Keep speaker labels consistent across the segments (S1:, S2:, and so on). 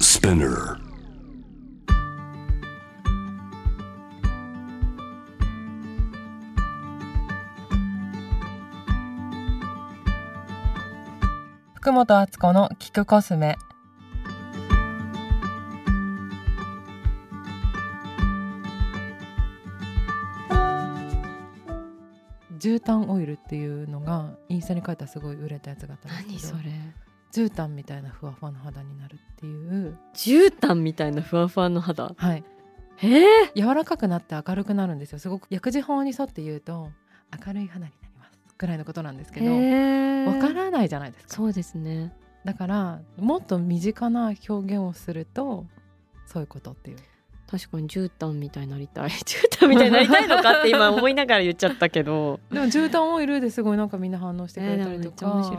S1: Spinner.
S2: 福本敦子の聞くコスメ絨毯オイルっていうのがインスタに書いたすごい売れたやつがあったんで
S3: 何
S2: すけ
S3: そ
S2: ど
S3: れ
S2: 絨毯みたいなふわふわの肌になるっていう
S3: 絨毯みたいなふわふわの肌
S2: はい
S3: えー、
S2: 柔らかくなって明るくなるんですよすごく薬事法に沿って言うと明るい肌になりますぐらいのことなんですけどわ
S3: え
S2: からないじゃないですか
S3: そうですね
S2: だからもっと身近な表現をするとそういうことっていう
S3: 確かに絨毯みたいになりたい 絨毯みたいになりたいのかって今思いながら言っちゃったけど
S2: でも絨毯オイルですごいなんかみんな反応してく
S3: えー
S2: れ
S3: で
S2: たりと
S3: もめっち
S2: か、
S3: ゃ面白い、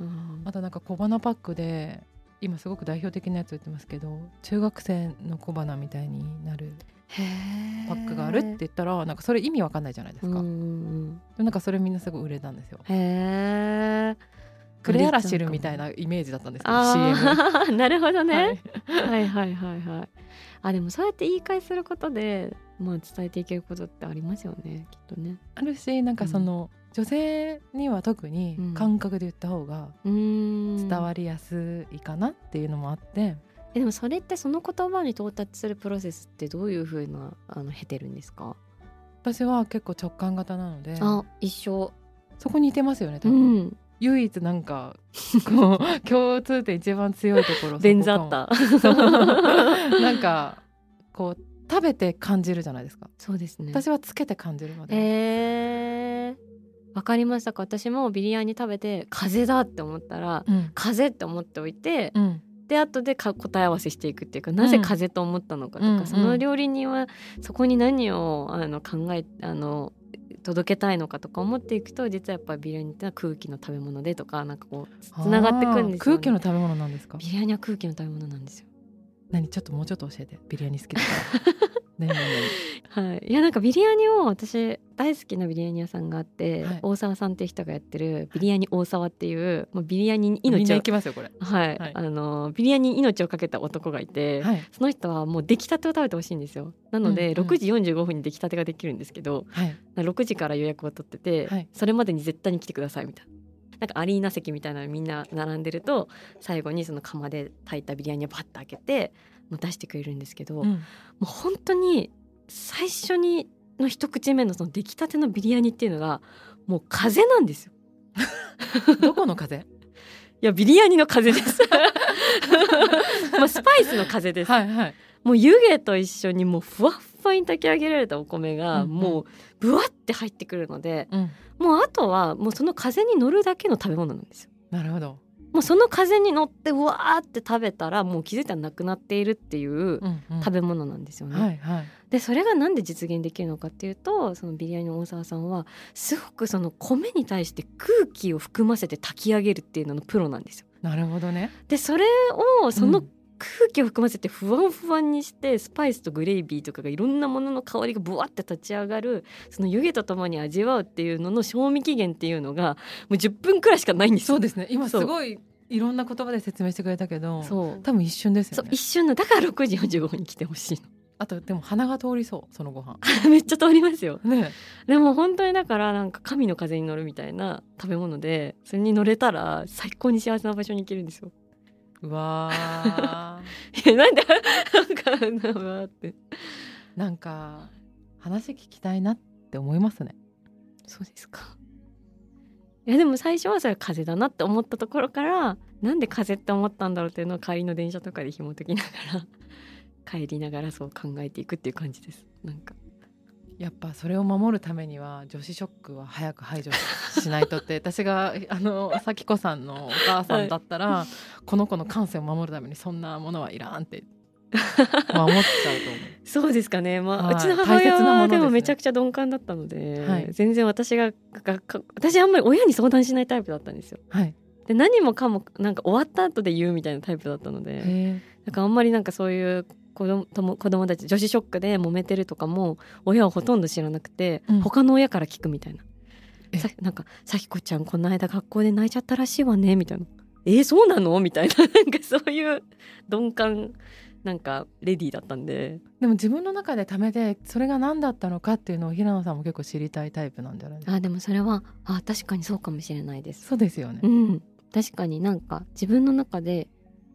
S3: うん
S2: あとなんか小花パックで今すごく代表的なやつ売ってますけど中学生の小花みたいになるパックがあるって言ったらなんかそれ意味わかんないじゃないです
S3: うん
S2: か、
S3: う
S2: で
S3: ん
S2: もなんかそれみんなすごい売れたんですよ
S3: うんへえ
S2: クレアラシルみたいなイメージだったんですけど CM
S3: ああ なるほどね、
S2: はい
S3: はいはいはいはい。あでもそうやって言い返することで、まあ伝えていけることってありますよね、きっとね。
S2: あるしなんかその、女性には特に
S3: うん
S2: 感覚で言った方が
S3: うーん。
S2: 伝わりやすいかなっていうのもあって、
S3: えでもそれってその言葉に到達するプロセスってどういうふうなあの経てるんですか。
S2: 私は結構直感型なので
S3: あ一緒。
S2: そこに似てますよね多
S3: う
S2: 分、
S3: ん。
S2: 唯一なんかこう 共通点一番強いところ
S3: 便座
S2: そ
S3: あ
S2: こ
S3: っ
S2: かも
S3: た。
S2: そう なんかこう食べて感じるじゃないですか
S3: そうですね。
S2: 私はつけて感じるまで、
S3: えー。わかりましたか私もビリヤニ食べて風邪だって思ったら
S2: うん
S3: 風邪って思っておいて、
S2: うん
S3: で後でか答え合わせしていくっていうかなぜ風と思ったのかとか、
S2: うんうん
S3: その料理人はそこに何をあの考えあの届けたいのかとか思っていくと実はやっぱりビリヤニってのは空気の食べ物でとかなんかこうつながってくんですよ、ね、
S2: あー空気の食べ物なんですか
S3: ビリヤニは空気の食べ物なんですよ。
S2: 何ちょっともうちょっと教えてビリヤニ好きだから 何何
S3: はい、いやなんかビリヤニを私大好きなビリヤニ屋さんがあって、
S2: はい
S3: 大沢さんっていう人がやってるビリヤニ大沢っていうもうビリヤニに
S2: 何みん
S3: 命
S2: な
S3: を
S2: 行きますよこれ
S3: はい、
S2: はい
S3: あのビリヤニに命をかけた男がいて、
S2: はい
S3: その人はもう出来たてを食べてほしいんですよなので、
S2: うんうん
S3: 6時45分に出来たてができるんですけど
S2: はい
S3: 6時から予約を取ってて、
S2: はい
S3: それまでに絶対に来てくださいみたいな。なんかアリーナ席みたいなのみんな並んでると最後にその釜で炊いたビリヤニをパッと開けてもう出してくれるんですけど、も
S2: ん
S3: う本当に最初にの一口目のその出来たてのビリヤニっていうのがもう風なんですよ
S2: どこの 風
S3: いやビリヤニの風です まあスパイスの風です
S2: はいはい
S3: もう湯気と一緒にもうふわっふわに炊き上げられたお米
S2: う
S3: が
S2: んうん
S3: もうぶわって入ってくるので、
S2: うん
S3: もうあとはもうその風に乗るだけの食べ物なんですよ。
S2: なるほど
S3: もうその風に乗ってうわーって食べたらもう気づいたらなくなっているっていう
S2: うんうん
S3: 食べ物なんですよね。
S2: はいはい
S3: でそれがなんで実現できるのかっていうとそのビリヤニの大沢さんはすごくその米に対して空気を含ませて炊き上げるっていうののプロなんですよ。
S2: なるほどね
S3: でそれをそうの
S2: ん
S3: 空気を含ませて不安不安にしてスパイスとグレイビーとかがいろんなものの香りがぶわって立ち上がるその湯気とともに味わうっていうのの賞味期限っていうのがもう10分くらいしかないんです
S2: そ
S3: よ。
S2: うですね今
S3: そ
S2: す
S3: う
S2: ごいいろんな言葉で説明してくれたけど
S3: そう
S2: 多分一瞬ですよ
S3: そ
S2: ね
S3: う一瞬のだから6時45分に来てほしい
S2: あとでも鼻が通りそうそのご 飯
S3: のめっちゃ通りますよ
S2: ね
S3: でも本当にだからなんか神の風に乗るみたいな食べ物でそれに乗れたら最高に幸せな場所に行けるんですよ
S2: うわ
S3: いやなんでなんかうわーって
S2: ーなんか話聞きたいなって思いますね
S3: そうですか。いやでも最初はそれは風だなって思ったところからなんで風って思ったんだろうっていうのを帰りの電車とかで紐解きながら 帰りながらそう考えていくっていう感じです。なんか
S2: やっぱそれを守るためには女子ショックは早く排除しないとって 私があの咲子さんのお母さんだったら、この子の感性を守るためにそんなものはいらんって 守っちゃうと思う
S3: そうですかね、まあ、
S2: はいう
S3: ちの母親
S2: 大切なも
S3: は
S2: ので
S3: です
S2: ね
S3: もめちゃくちゃ鈍感だったので、
S2: はい
S3: 全然私ががか私あんまり親に相談しないタイプだったんですよ。
S2: はい、
S3: で何もかもなんか終わった後で言うみたいなタイプだったので。
S2: え
S3: なんかあんまりなんかそういう子供とも子供たち女子ショックで揉めてるとかも親はほとんど知らなくて、
S2: うん
S3: 他の親から聞くみたいな。
S2: え
S3: さなんか「咲子ちゃんこの間学校で泣いちゃったらしいわね」みたいな「えーそうなのみたいな なんかそういう鈍感なんかレディーだったんで
S2: でも自分の中でためてそれが何だったのかっていうのを平野さんも結構知りたいタイプなんじゃないですか
S3: あでもそれはあ確かにそうかもしれないです。
S2: そうですよね、
S3: うん、確かになんか自分の中で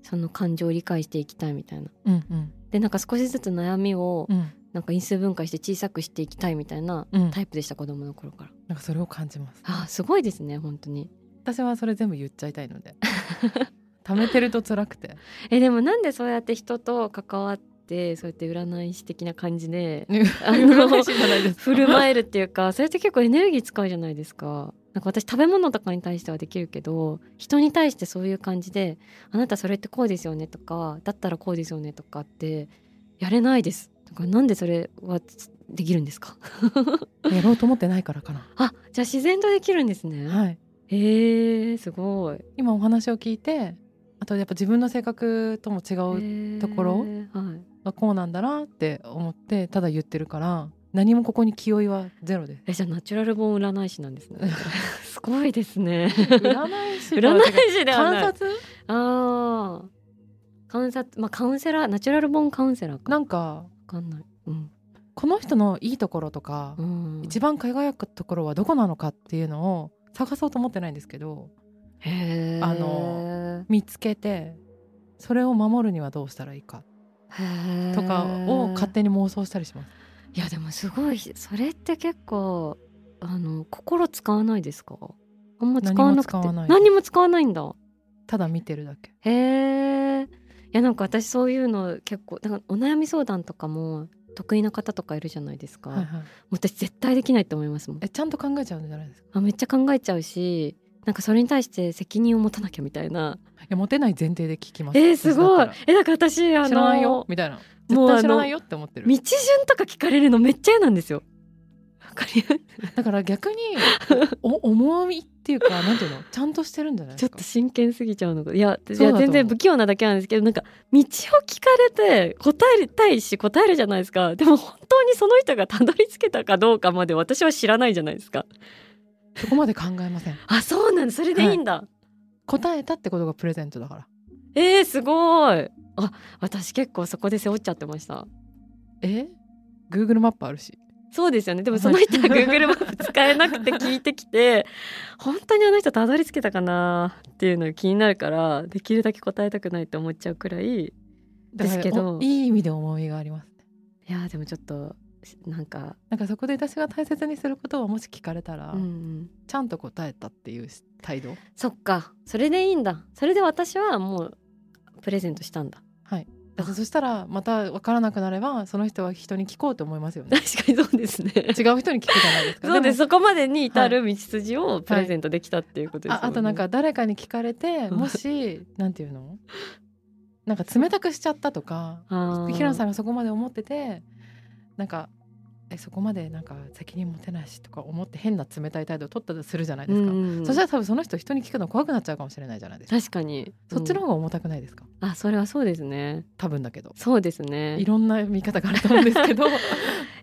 S3: その感情を理解していきたいみたいな。
S2: うんうん
S3: でなんか少しずつ悩みを
S2: うん
S3: なんか因数分解して小さくしていきたいみたいな
S2: うん
S3: タイプでした子供の頃から。
S2: なんかそれを感じます
S3: あーすごいですね本当に。
S2: 私はそれ全部言っちゃいたいの で溜めてると辛くて
S3: えでもなんでそうやって人と関わってそうやって占い師的な感じであの
S2: 嬉しいじゃないですか
S3: 振る舞えるっていうかそれって結構エネルギー使うじゃないですか。なんか私食べ物とかに対してはできるけど人に対してそういう感じで「あなたそれってこうですよね」とか「だったらこうですよね」とかってやれないです。だからなんでそれはできるんですか
S2: やろうと思ってないからかな
S3: あじゃあ自然とできるんですね。
S2: はい
S3: へえすごい。
S2: 今お話を聞いてあとやっぱ自分の性格とも違う
S3: と
S2: ところ
S3: はい、
S2: あこうなんだなって思ってただ言ってるから何もここに気負いはゼロ です
S3: えじゃあナチュラルボーン占い師なんで すねすごいですね
S2: 占い師とは
S3: 占
S2: 違う
S3: い師では
S2: 観
S3: ない
S2: 察
S3: ああ観察まあカウンセラーナチュラルボーンカウンセラーか
S2: なんか
S3: わかんないうん、
S2: この人のいいところとか、
S3: うん、
S2: 一番輝くところはどこなのかっていうのを探そうと思ってないんですけど
S3: へー
S2: あの見つけてそれを守るにはどうしたらいいか
S3: へー
S2: とかを勝手に妄想したりします。
S3: いやでもすごいそれって結構あの心使わないですかあんま使わなくて
S2: 何も使わない
S3: 何も使わないんだ
S2: ただ見てるだけ。
S3: へえ。いやなんか私そういうの結構なんかお悩み相談とかも得意な方とかいるじゃないですか。
S2: はい
S3: も
S2: はいう
S3: 私絶対できないと思いますもん。
S2: えちゃんと考えちゃうんじゃないですか。
S3: あめっちゃ考えちゃうし、なんかそれに対して責任を持たなきゃみたいな。
S2: いやモテない前提で聞きます。
S3: えー、す
S2: 私
S3: ご
S2: だった
S3: い
S2: ら。
S3: えなんか私あの
S2: 知らないよみたいな。
S3: も
S2: 絶
S3: うあの
S2: 対知らないよって思ってる
S3: 道。順とか聞かれるのめっちゃ嫌なんですよ。わかります
S2: だから逆にお重みっていうかなんていうのちゃんとしてるんじゃない
S3: ち
S2: で
S3: ょっ
S2: す
S3: と
S2: か。
S3: 真剣すぎちゃうのかいやい
S2: そうだ
S3: や
S2: と思う
S3: 全然不器用なだけなんですけどなんか道を聞かれて答えたいし答えるじゃないですかでも本当にその人がたどり着けたかどうかまで私は知らないじゃないですか
S2: そこまで考えません。
S3: あそうなんだそれでいいんだ、
S2: 答えたってことがプレゼントだから。
S3: えー、すごいあ私結構そこで背負っちゃってました
S2: え ?Google マップあるし。
S3: そうですよねでもその人は
S2: はい
S3: Google マップ使えなくて聞いてき て本当にあの人たどり着けたかなっていうのが気になるからできるだけ答えたくないって思っちゃうくらい
S2: だから
S3: ですけど
S2: おいい意味で重みがありますね。
S3: いやーでもちょっとなんか
S2: なんかそこで私が大切にすることはもし聞かれたら、
S3: うんうん
S2: ちゃんと答えたっていう態度。
S3: そっかそれでいいんだそれで私はもうプレゼントしたんだ
S2: はい。だってそしたらまた分からなくなればその人は人に聞こうと思いますよ ね。
S3: 確かにそうですね
S2: 違う人に聞くじゃないですか。
S3: そうです
S2: も。
S3: そこまでに至る道筋をプレゼントできたっていうことですも
S2: ああ
S3: ね
S2: となんか誰かに聞かれてもしなんていうのなんか冷たくしちゃったとか
S3: あー
S2: 平野さんがそこまで思っててなんかえそこまでなんか責任持てないしとか思って変な冷たい態度を取ったとするじゃないですか、
S3: うんうん
S2: そしたら多分その人人に聞くの怖くなっちゃうかもしれないじゃないですか、
S3: 確かに
S2: そっちの
S3: う
S2: 方
S3: ん
S2: が重たくないですか
S3: あそれはそうですね
S2: 多分だけど
S3: そうですね
S2: いろんな見方があると思うんですけ ど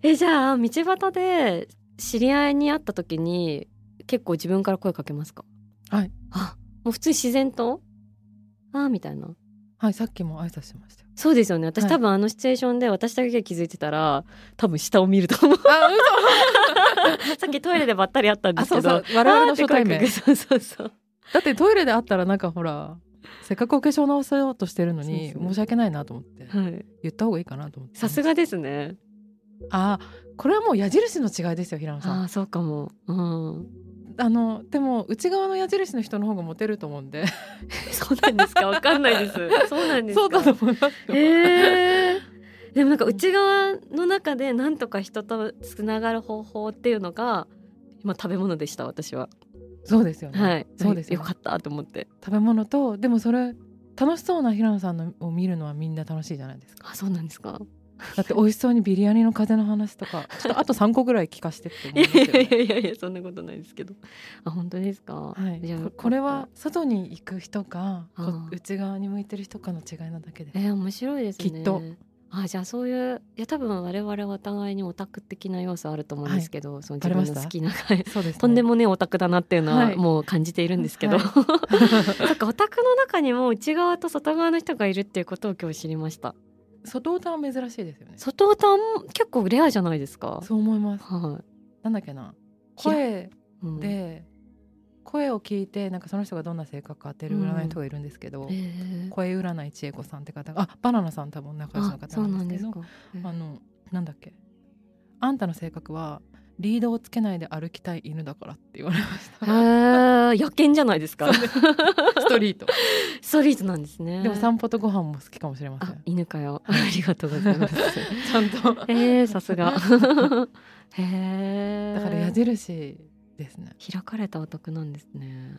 S3: えじゃあ道端で知り合いに会った時に結構自分から声かけますか
S2: はい
S3: あもう普通に自然とあーみたいな
S2: はいさっきも挨拶しましたよ
S3: そうですよね私、
S2: はい
S3: 多分あのシチュエーションで私だけが気づいてたら多分下を見ると 思う
S2: あ嘘
S3: さっきトイレでばったり会ったんで
S2: あ
S3: す
S2: そ
S3: け
S2: う
S3: ど
S2: そう我々の初対
S3: あ
S2: 面
S3: ーって声かけそうそうそう
S2: だってトイレで会ったらなんかほらせっかくお化粧直そうとしてるのに
S3: そうそう
S2: 申し訳ないなと思って
S3: はい
S2: 言った方がいいかなと思って
S3: さすがですね
S2: あこれはもう矢印の違いですよ平野さん
S3: ああそうかもうん
S2: あのでも内側の矢印の人の方がモテると思うんで
S3: そうなんですかわかんないです そうなんです
S2: そ
S3: か
S2: うだと思いますよ、
S3: へえでもなんか内側の中でなんとか人とつながる方法っていうのが今食べ物でした私は
S2: そうですよね、
S3: はい
S2: そうですよ
S3: よかったと思って
S2: 食べ物とでもそれ楽しそうな平野さんのを見るのはみんな楽しいじゃないです か
S3: あそうなんですか
S2: だって美味しそうにビリヤニの風の話と かちょっとあと3個ぐらい聞かせてって思い
S3: いや
S2: ますよ、
S3: い
S2: ね
S3: やい、やいやいやそんなことないですけどあ本当ですか
S2: はい
S3: じゃあ
S2: ここれは外に行く人かこ
S3: あー
S2: 内側に向いてる人かの違いなだけで
S3: えー面白いですね
S2: きっと
S3: あじゃあそういういや多分我々はお互いにオタク的な要素あると思うんですけど、その自分
S2: バレまし
S3: の
S2: た
S3: 好きな回
S2: そうですね、
S3: とんで もねえオタクだなっていうのは
S2: はい
S3: もう感じているんですけど、
S2: は
S3: そっかオタクの中にも内側と外側の人がいるっていうことを今日知りました
S2: 外歌は珍しいですよねそ
S3: 外オタも結構レアじゃないですか
S2: う思います
S3: は
S2: なんだっけない
S3: きら
S2: 声
S3: い、うん
S2: で声を聞いてなんかその人がどんな性格か当てる占いの人がいるんですけど、
S3: えー
S2: 声占い千恵子さんって方があバナナさん多分仲良しの
S3: あ
S2: 方
S3: そう
S2: な
S3: なん
S2: んで
S3: です
S2: け
S3: す
S2: ど
S3: かえ
S2: あ
S3: ー
S2: のなんだっけあんたの性格はリードをつけないで歩きたい犬だからって言われました
S3: あー野犬じゃないですか
S2: ストリー ト
S3: ストリートなんですね
S2: でも散歩とご飯も好きかもしれませ
S3: あ
S2: ん
S3: 犬かよありがとうございます
S2: ちゃん と
S3: えー、さすがへえ
S2: だから矢印ですね
S3: 開かれたお得なんですね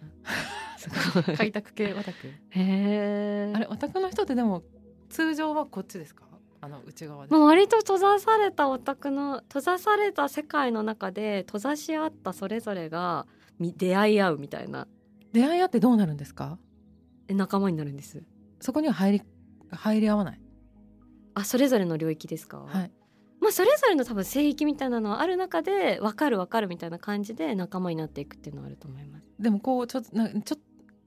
S3: すごい
S2: 開拓系オタク
S3: へえ
S2: あれオタクの人ってでも通常はこっちですかあの内側です
S3: まあ、割と閉ざされたお宅の閉ざされた世界の中で閉ざし合ったそれぞれがみ出会い合うみたいな
S2: 出会いあってどうなるんですか
S3: え仲間になるんです
S2: そこには入り入り合わない
S3: あそれぞれの領域ですか、
S2: はい
S3: まあ、それぞれの多分聖域みたいなのはある中で分かる分かるみたいな感じで仲間になっていくっていうのはあると思います
S2: でもこうちょっとなちょっと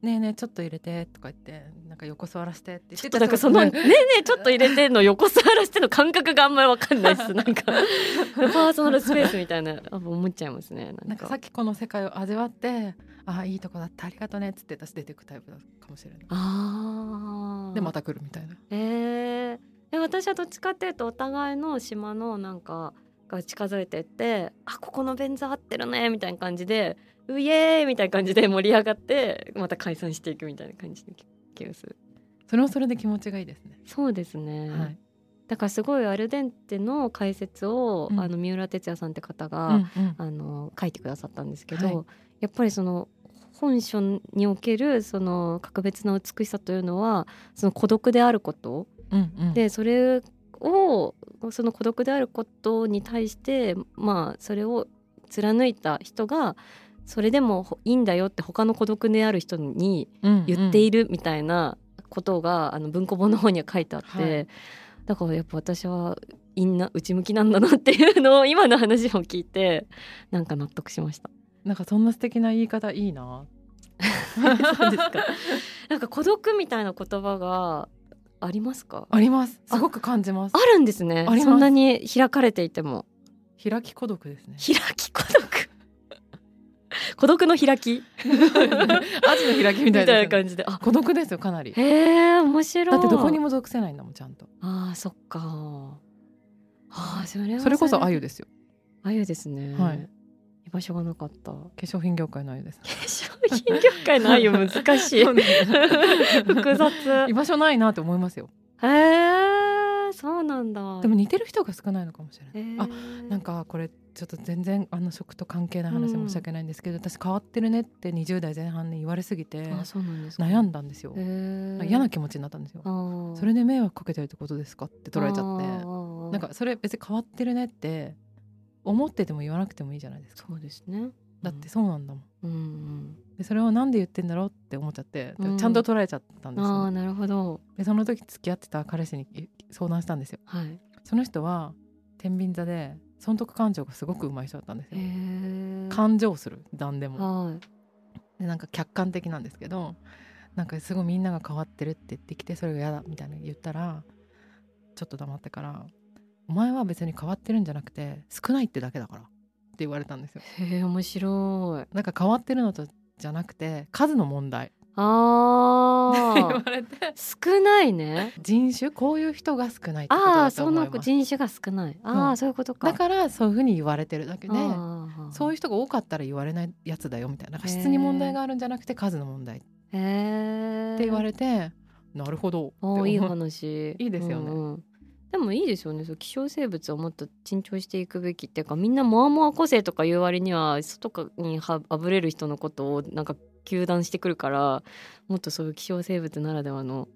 S2: ねえねえちょっと入れてとか言ってなんか横座らせてって言
S3: ちょ
S2: て
S3: っとなんかその「ねえねえちょっと入れて」の横座らしての感覚があんまり分かんな いですなんかパーソナルスペースみたいなやっぱ思っちゃいますねな
S2: なんんか
S3: か
S2: さっきこの世界を味わってああいいとこだったありがとねっつって私出てくタイプだかもしれない
S3: あー
S2: でまた来るみたいな
S3: えー、え私はどっちかっていうとお互いの島のなんかが近づいてって「あここの便座合ってるね」みたいな感じで「うイエーイ!」みたいな感じで盛り上がってまた解散していくみたいな感じで気がする
S2: それはそれで気持ちがいいですね、
S3: そうですね、
S2: はい、
S3: だからすごいアルデンテの解説を、
S2: うん
S3: あの三浦哲也さんって方が、
S2: うんうん
S3: あの書いてくださったんですけど、
S2: はい
S3: やっぱりその本書におけるその格別な美しさというのはその孤独であること
S2: うんうん
S3: でそれをその孤独であることに対してまあそれを貫いた人がそれでもほいいんだよって他の孤独である人に言って
S2: い
S3: いるみたいなことが、あの文庫本の方には書いてあって、
S2: はい
S3: だからやっぱ私はインナ内向きなんだなっていうのを 今の話を聞いてなんか納得しま した。
S2: なんかそんな素敵な言い方いいな
S3: そうですかなんか孤独みたいな言葉がありますか？
S2: ありますすごく感じます
S3: あるんですね
S2: あります
S3: そんなに開かれていても
S2: 開き孤独ですね
S3: 開き孤独 孤独の開き
S2: アジの開きみ
S3: み
S2: た
S3: た
S2: い
S3: い
S2: な
S3: な感じであ
S2: 孤独ですよかなり
S3: へえ面白い
S2: だってどこにも属せないんだもんちゃんと
S3: あーそっかあーそれは
S2: それこそ
S3: あ
S2: 鮎
S3: ゆ
S2: ですよ
S3: あゆですね、
S2: はい
S3: 居場所がな かった化
S2: 化粧品業界の鮎です
S3: 粧品業界のあゆ難しい
S2: そうね
S3: 複雑
S2: 居場所ないなって思いますよ
S3: へえそうなんだ
S2: でも似てる人が少ないのかもしれない、
S3: へー
S2: あなんかこれちょっと全然あの食と関係ない話で
S3: うん
S2: 申し訳ないんですけど、私変わってるねって20代前半に言われすぎて
S3: あそうなんですか
S2: 悩んだんですよ、
S3: へえ
S2: 嫌な気持ちになったんですよ
S3: あー
S2: それで迷惑かけてるってことですかって捉えちゃって
S3: ゃ
S2: なんかそれ別に変わってるねって思ってても言わなくてもいいじゃないですか
S3: そうですね
S2: だってそうなんだもん
S3: うん
S2: でそれをなんで言ってんだろうって思っちゃって
S3: うん
S2: ちゃんと捉えちゃったん
S3: う
S2: で
S3: ん、
S2: すよ、
S3: ああなるほど
S2: でその時付き合ってた彼氏にい相談したんですよ
S3: はい
S2: その人は天秤座で損得感情がすごく上手い人だったんです
S3: へ
S2: よ
S3: え
S2: 感情する何でも
S3: はい
S2: でなんか客観的なんですけどなんかすごいみんなが変わってるって言ってきてそれが嫌だみたいなの言ったらちょっと黙ってから「お前は別に変わってるんじゃなくて少ないってだけだから」って言われたんですよ
S3: へえ面白い
S2: なんか変わってるのとじゃなくて数の問題って言わ
S3: ああ
S2: れ て
S3: 少ないね
S2: 人種こういう人が少ないってこと
S3: あ
S2: だ
S3: あ
S2: と
S3: そ
S2: 思い
S3: の
S2: ます
S3: 人種が少ないああ、
S2: うん
S3: そういうことか
S2: だからそういうふうに言われてるだけで
S3: ね
S2: そういう
S3: い
S2: 人が多かったら言われないやつだよみたいななんか質に問題があるんじゃなくて数の問題って
S3: うへえ
S2: 言われてなるほどって
S3: お
S2: 思
S3: ー
S2: う
S3: いい 話
S2: いいですよね
S3: んうんでもいいですよねそう希少生物をもっと珍重していくべきっていうかみんなモアモア個性とかいう割には外かにはあぶれる人のことをなんか糾弾してくるからもっとそういう希少生物ならではの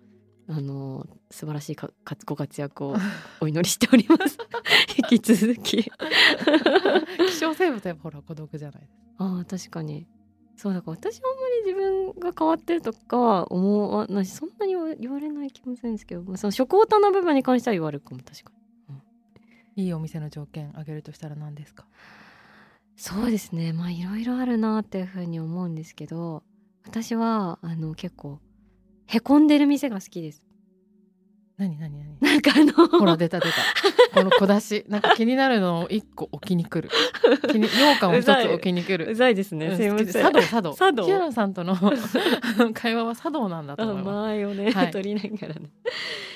S3: あの素晴らしいかかご活躍をお祈りしております 引き続き
S2: 希少生物はやっぱほら孤独じゃない
S3: ああ確かにそうだから私あんまり自分が変わってるとかは思わないしそんなに言わ言われない気もするんですけど、まあ、その食オタの部分に関しては言われるかも確かに
S2: いいお店の条件挙げるとしたら何ですか
S3: そうですねまあいろいろあるなっていうふうに思うんですけど私はあの結構へこんでる店が好きです
S2: 何何 何
S3: なんかあの
S2: ほら出た出たこの小出しなんか気になるのを一個置きに来る気に羊羹を一つ置きに来
S3: う
S2: る
S3: ざいですね、
S2: うん
S3: すいま
S2: 好
S3: せ
S2: きで
S3: ん
S2: す茶道茶道
S3: 茶道
S2: 平野さんと のあの会話は茶道なんだと思います
S3: 甘いよね、
S2: はい
S3: 取りながらね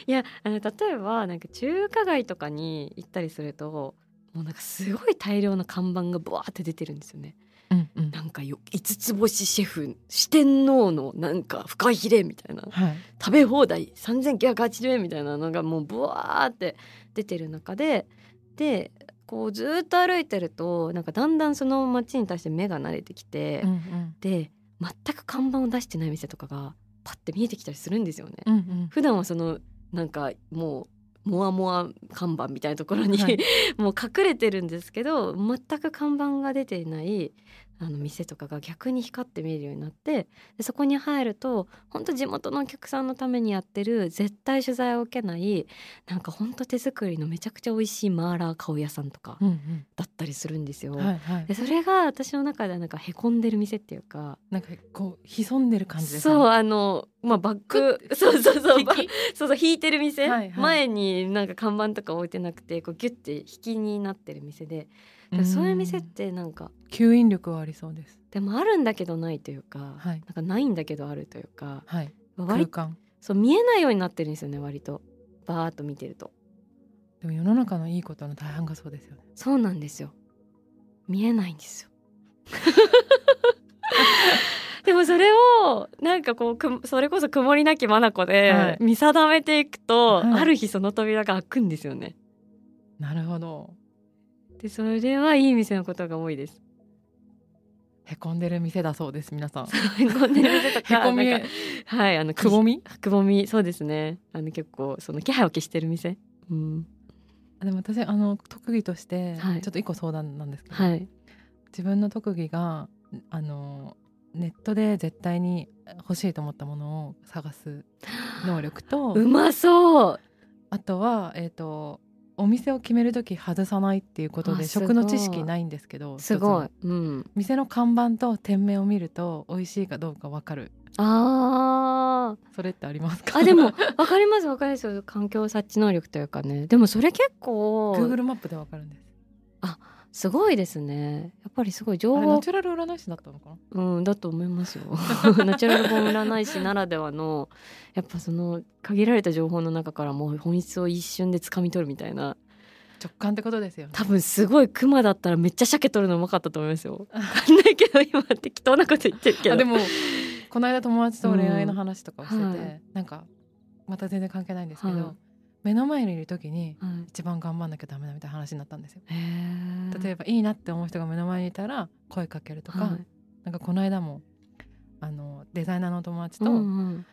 S3: いやあの例えばなんか中華街とかに行ったりするともうなんかすごい大量の看板がブワーって出てるんですよね
S2: うんうん
S3: なんかよ五つ星シェフ四天王のなんかフカヒレみたいな
S2: はい
S3: 食べ放題3980円みたいなのがもうブワーって出てる中ででこうずーっと歩いてるとなんかだんだんその街に対して目が慣れてきて、
S2: うんうん
S3: で全く看板を出してない店とかがパッて見えてきたりするんですよね。
S2: うんうん
S3: 普段はそのなんかもうモアモア看板みたいなところに、
S2: はい
S3: もう隠れてるんですけど全く看板が出ていないあの店とかが逆に光って見えるようになってでそこに入ると本当地元のお客さんのためにやってる絶対取材を受けないなんか本当手作りのめちゃくちゃ美味しいマーラー顔屋さんとか
S2: うん
S3: だったりするんですよ。
S2: うんはいはい
S3: でそれが私の中ではなんかへこんでる店っていうか
S2: なんかこう潜んでる感じです
S3: そう
S2: う
S3: あのまあバックそうそうそうバックそうそう引いてる
S2: は
S3: 店、
S2: いはい
S3: 前になんか看板とか置いてなくてこうギュッて引きになってる店ででもそういう店ってなんか
S2: 吸引力はありそうです
S3: でもあるんだけどないというか、
S2: はい
S3: なんかないんだけどあるというか
S2: はい空
S3: 割
S2: 間
S3: そう見えないようになってるんですよね割とバーッと見てると
S2: でも世の中のいいことの大半がそうですよね
S3: そうなんですよ見えないんで すよでもそれをなんかこうくそれこそ曇りなき眼
S2: は
S3: で
S2: い
S3: 見定めていくと、
S2: はい
S3: ある日その扉が開くんですよね
S2: なるほど
S3: でそれはいい店のことが多いです。
S2: へこんでる店だそうです皆さん
S3: へこんでる店と
S2: へ
S3: か
S2: こみ
S3: なんかはいあの
S2: くぼ
S3: み
S2: み
S3: くぼみそうですねあの結構その気配を消してる店。うん
S2: でも私あの特技として、
S3: はい
S2: ちょっと一個相談なんですけど、
S3: はい
S2: 自分の特技があのネットで絶対に欲しいと思ったものを探す能力と
S3: うまそう
S2: あとは、えー、とお店を決める時外さないっていうことで
S3: あすごい
S2: 食の知識ないんですけど
S3: す
S2: 一
S3: ごい
S2: つも
S3: うん
S2: 店の看板と店名を見ると美味しいかどうかわかる
S3: あー
S2: それってありますか
S3: あ で もわかりますわかりますよ環境察知能力というかねでもそれ結構
S2: Google マップでわかるんです
S3: すごいですねやっぱりすごい情
S2: あれナ
S3: 報
S2: チュラル占い師だったのかな
S3: うん、だと思いますよ。 ナチュラル本占い師ならではのやっぱその限られた情報の中からもう本質を一瞬で掴み取るみたいな
S2: 直感ってことですよね
S3: 多分すごいクマだったらめっちゃ鮭取るのうまかったと思います よ。わかんないけど今適当なこと言ってるけど
S2: あでもこの間友達と恋愛の話とかをしてて、
S3: うんはい
S2: なんかまた全然関係ないんですけど、
S3: はい
S2: 目の前にいる時に
S3: はい
S2: 一番頑張んなきゃダメだみたいな話になったんですよ。
S3: へー
S2: 例えばいいなって思う人が目の前にいたら声かけるとか、
S3: はい
S2: なんかこの間もあのデザイナーの友達
S3: う
S2: と
S3: んうん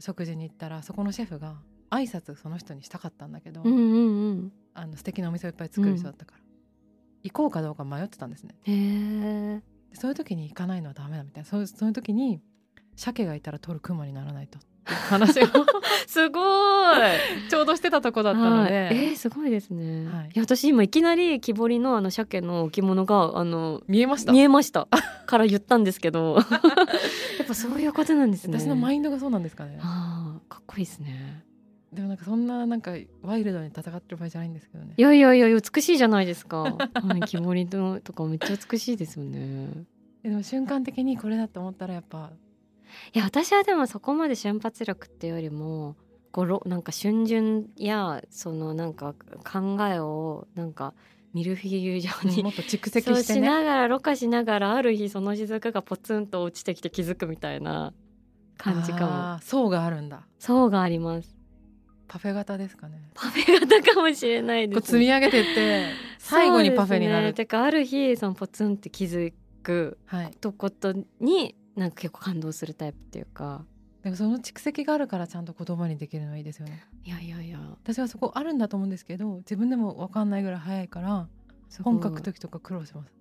S2: 食事に行ったら、そこのシェフが挨拶その人にしたかったんだけど、
S3: うんうんうん
S2: あの素敵なお店をいっぱい作る人だったから、行こうかどうか迷ってたんですね。
S3: へー
S2: でそういう時に行かないのはダメだみたいなそういうそういう時に鮭がいたら取るクマにならないとっていう話 を
S3: すごい
S2: ちょうどしてたとこだったので、
S3: はいえーすごいですね、
S2: はい
S3: いや私今いきなり木彫りのあの鮭の置物があの
S2: 見えました
S3: 見えましたから言ったんですけど やっぱそういうことなんですね
S2: 私のマインドがそうなんですかね
S3: あーかっこいいですね
S2: でもなんかそんななんかワイルドに戦ってる場合じゃないんですけどね
S3: いやいやいや美しいじゃないですか、はい、木彫りのとかめっちゃ美しいですよね
S2: でも瞬間的にこれだと思ったらやっぱ
S3: いや私はでもそこまで瞬発力っていうよりもこうろなんか瞬順やそのなんか考えをなんかミルフィーユ状に
S2: もっと蓄積
S3: そう
S2: して
S3: し
S2: ね
S3: ながらろ過しながらある日その雫がポツンと落ちてきて気づくみたいな感じかも
S2: あー層があるんだ
S3: そうがあります
S2: パフェ型ですかね
S3: パフェ型かもしれない
S2: こ
S3: で
S2: う
S3: す
S2: 積み上げて って最後にパフェにな
S3: そう
S2: る、
S3: ですねてかある日そのポツンって気づく
S2: はい
S3: とことになんか結構感動するタイプっていうか
S2: でもその蓄積があるからちゃんと言葉にできるのはいいですよね
S3: いやいやいや
S2: 私はそこあるんだと思うんですけど自分でも分かんないぐらい早いから
S3: すごい
S2: 本書く時とか苦労します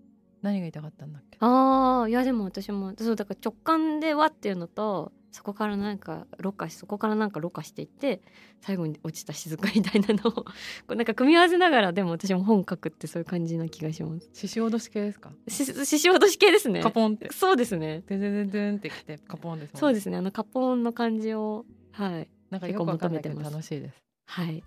S2: 何が言いたかったんだっけ
S3: ああいやでも私もそうだから直感ではっていうのとそこからなんかろ過しそこからなんかろ過していって最後に落ちた静かみたいなのをこうなんか組み合わせながらでも私も本書くってそういう感じな気がします。
S2: 獅子おどし系ですか
S3: し獅子落とし系ですね。
S2: カポンって
S3: そうですね。
S2: ででででんってきてカポンですもん
S3: そうですね。あのカポンの感じをはい
S2: なんかよくわかんないけど
S3: 結構求めてます
S2: 楽しいです
S3: はい。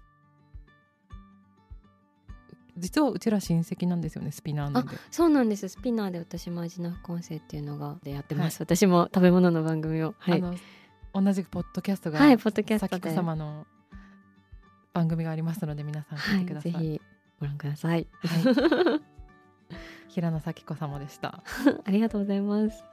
S2: 実はうちら親戚なんですよねスピナーなんで
S3: そうなんです。スピナーで私も味の副音声っていうのがでやってます。私も食べ物の番組を
S2: あ,、
S3: はい
S2: の同じくポッドキャストが、
S3: はいポッドキャス
S2: さ
S3: ト
S2: きこ
S3: で
S2: 様の番組がありますので皆さん聞いてく
S3: は
S2: だ
S3: い
S2: さ
S3: ぜ
S2: い、
S3: ひご覧ください。
S2: はい平野咲子様でした
S3: ありがとうございます。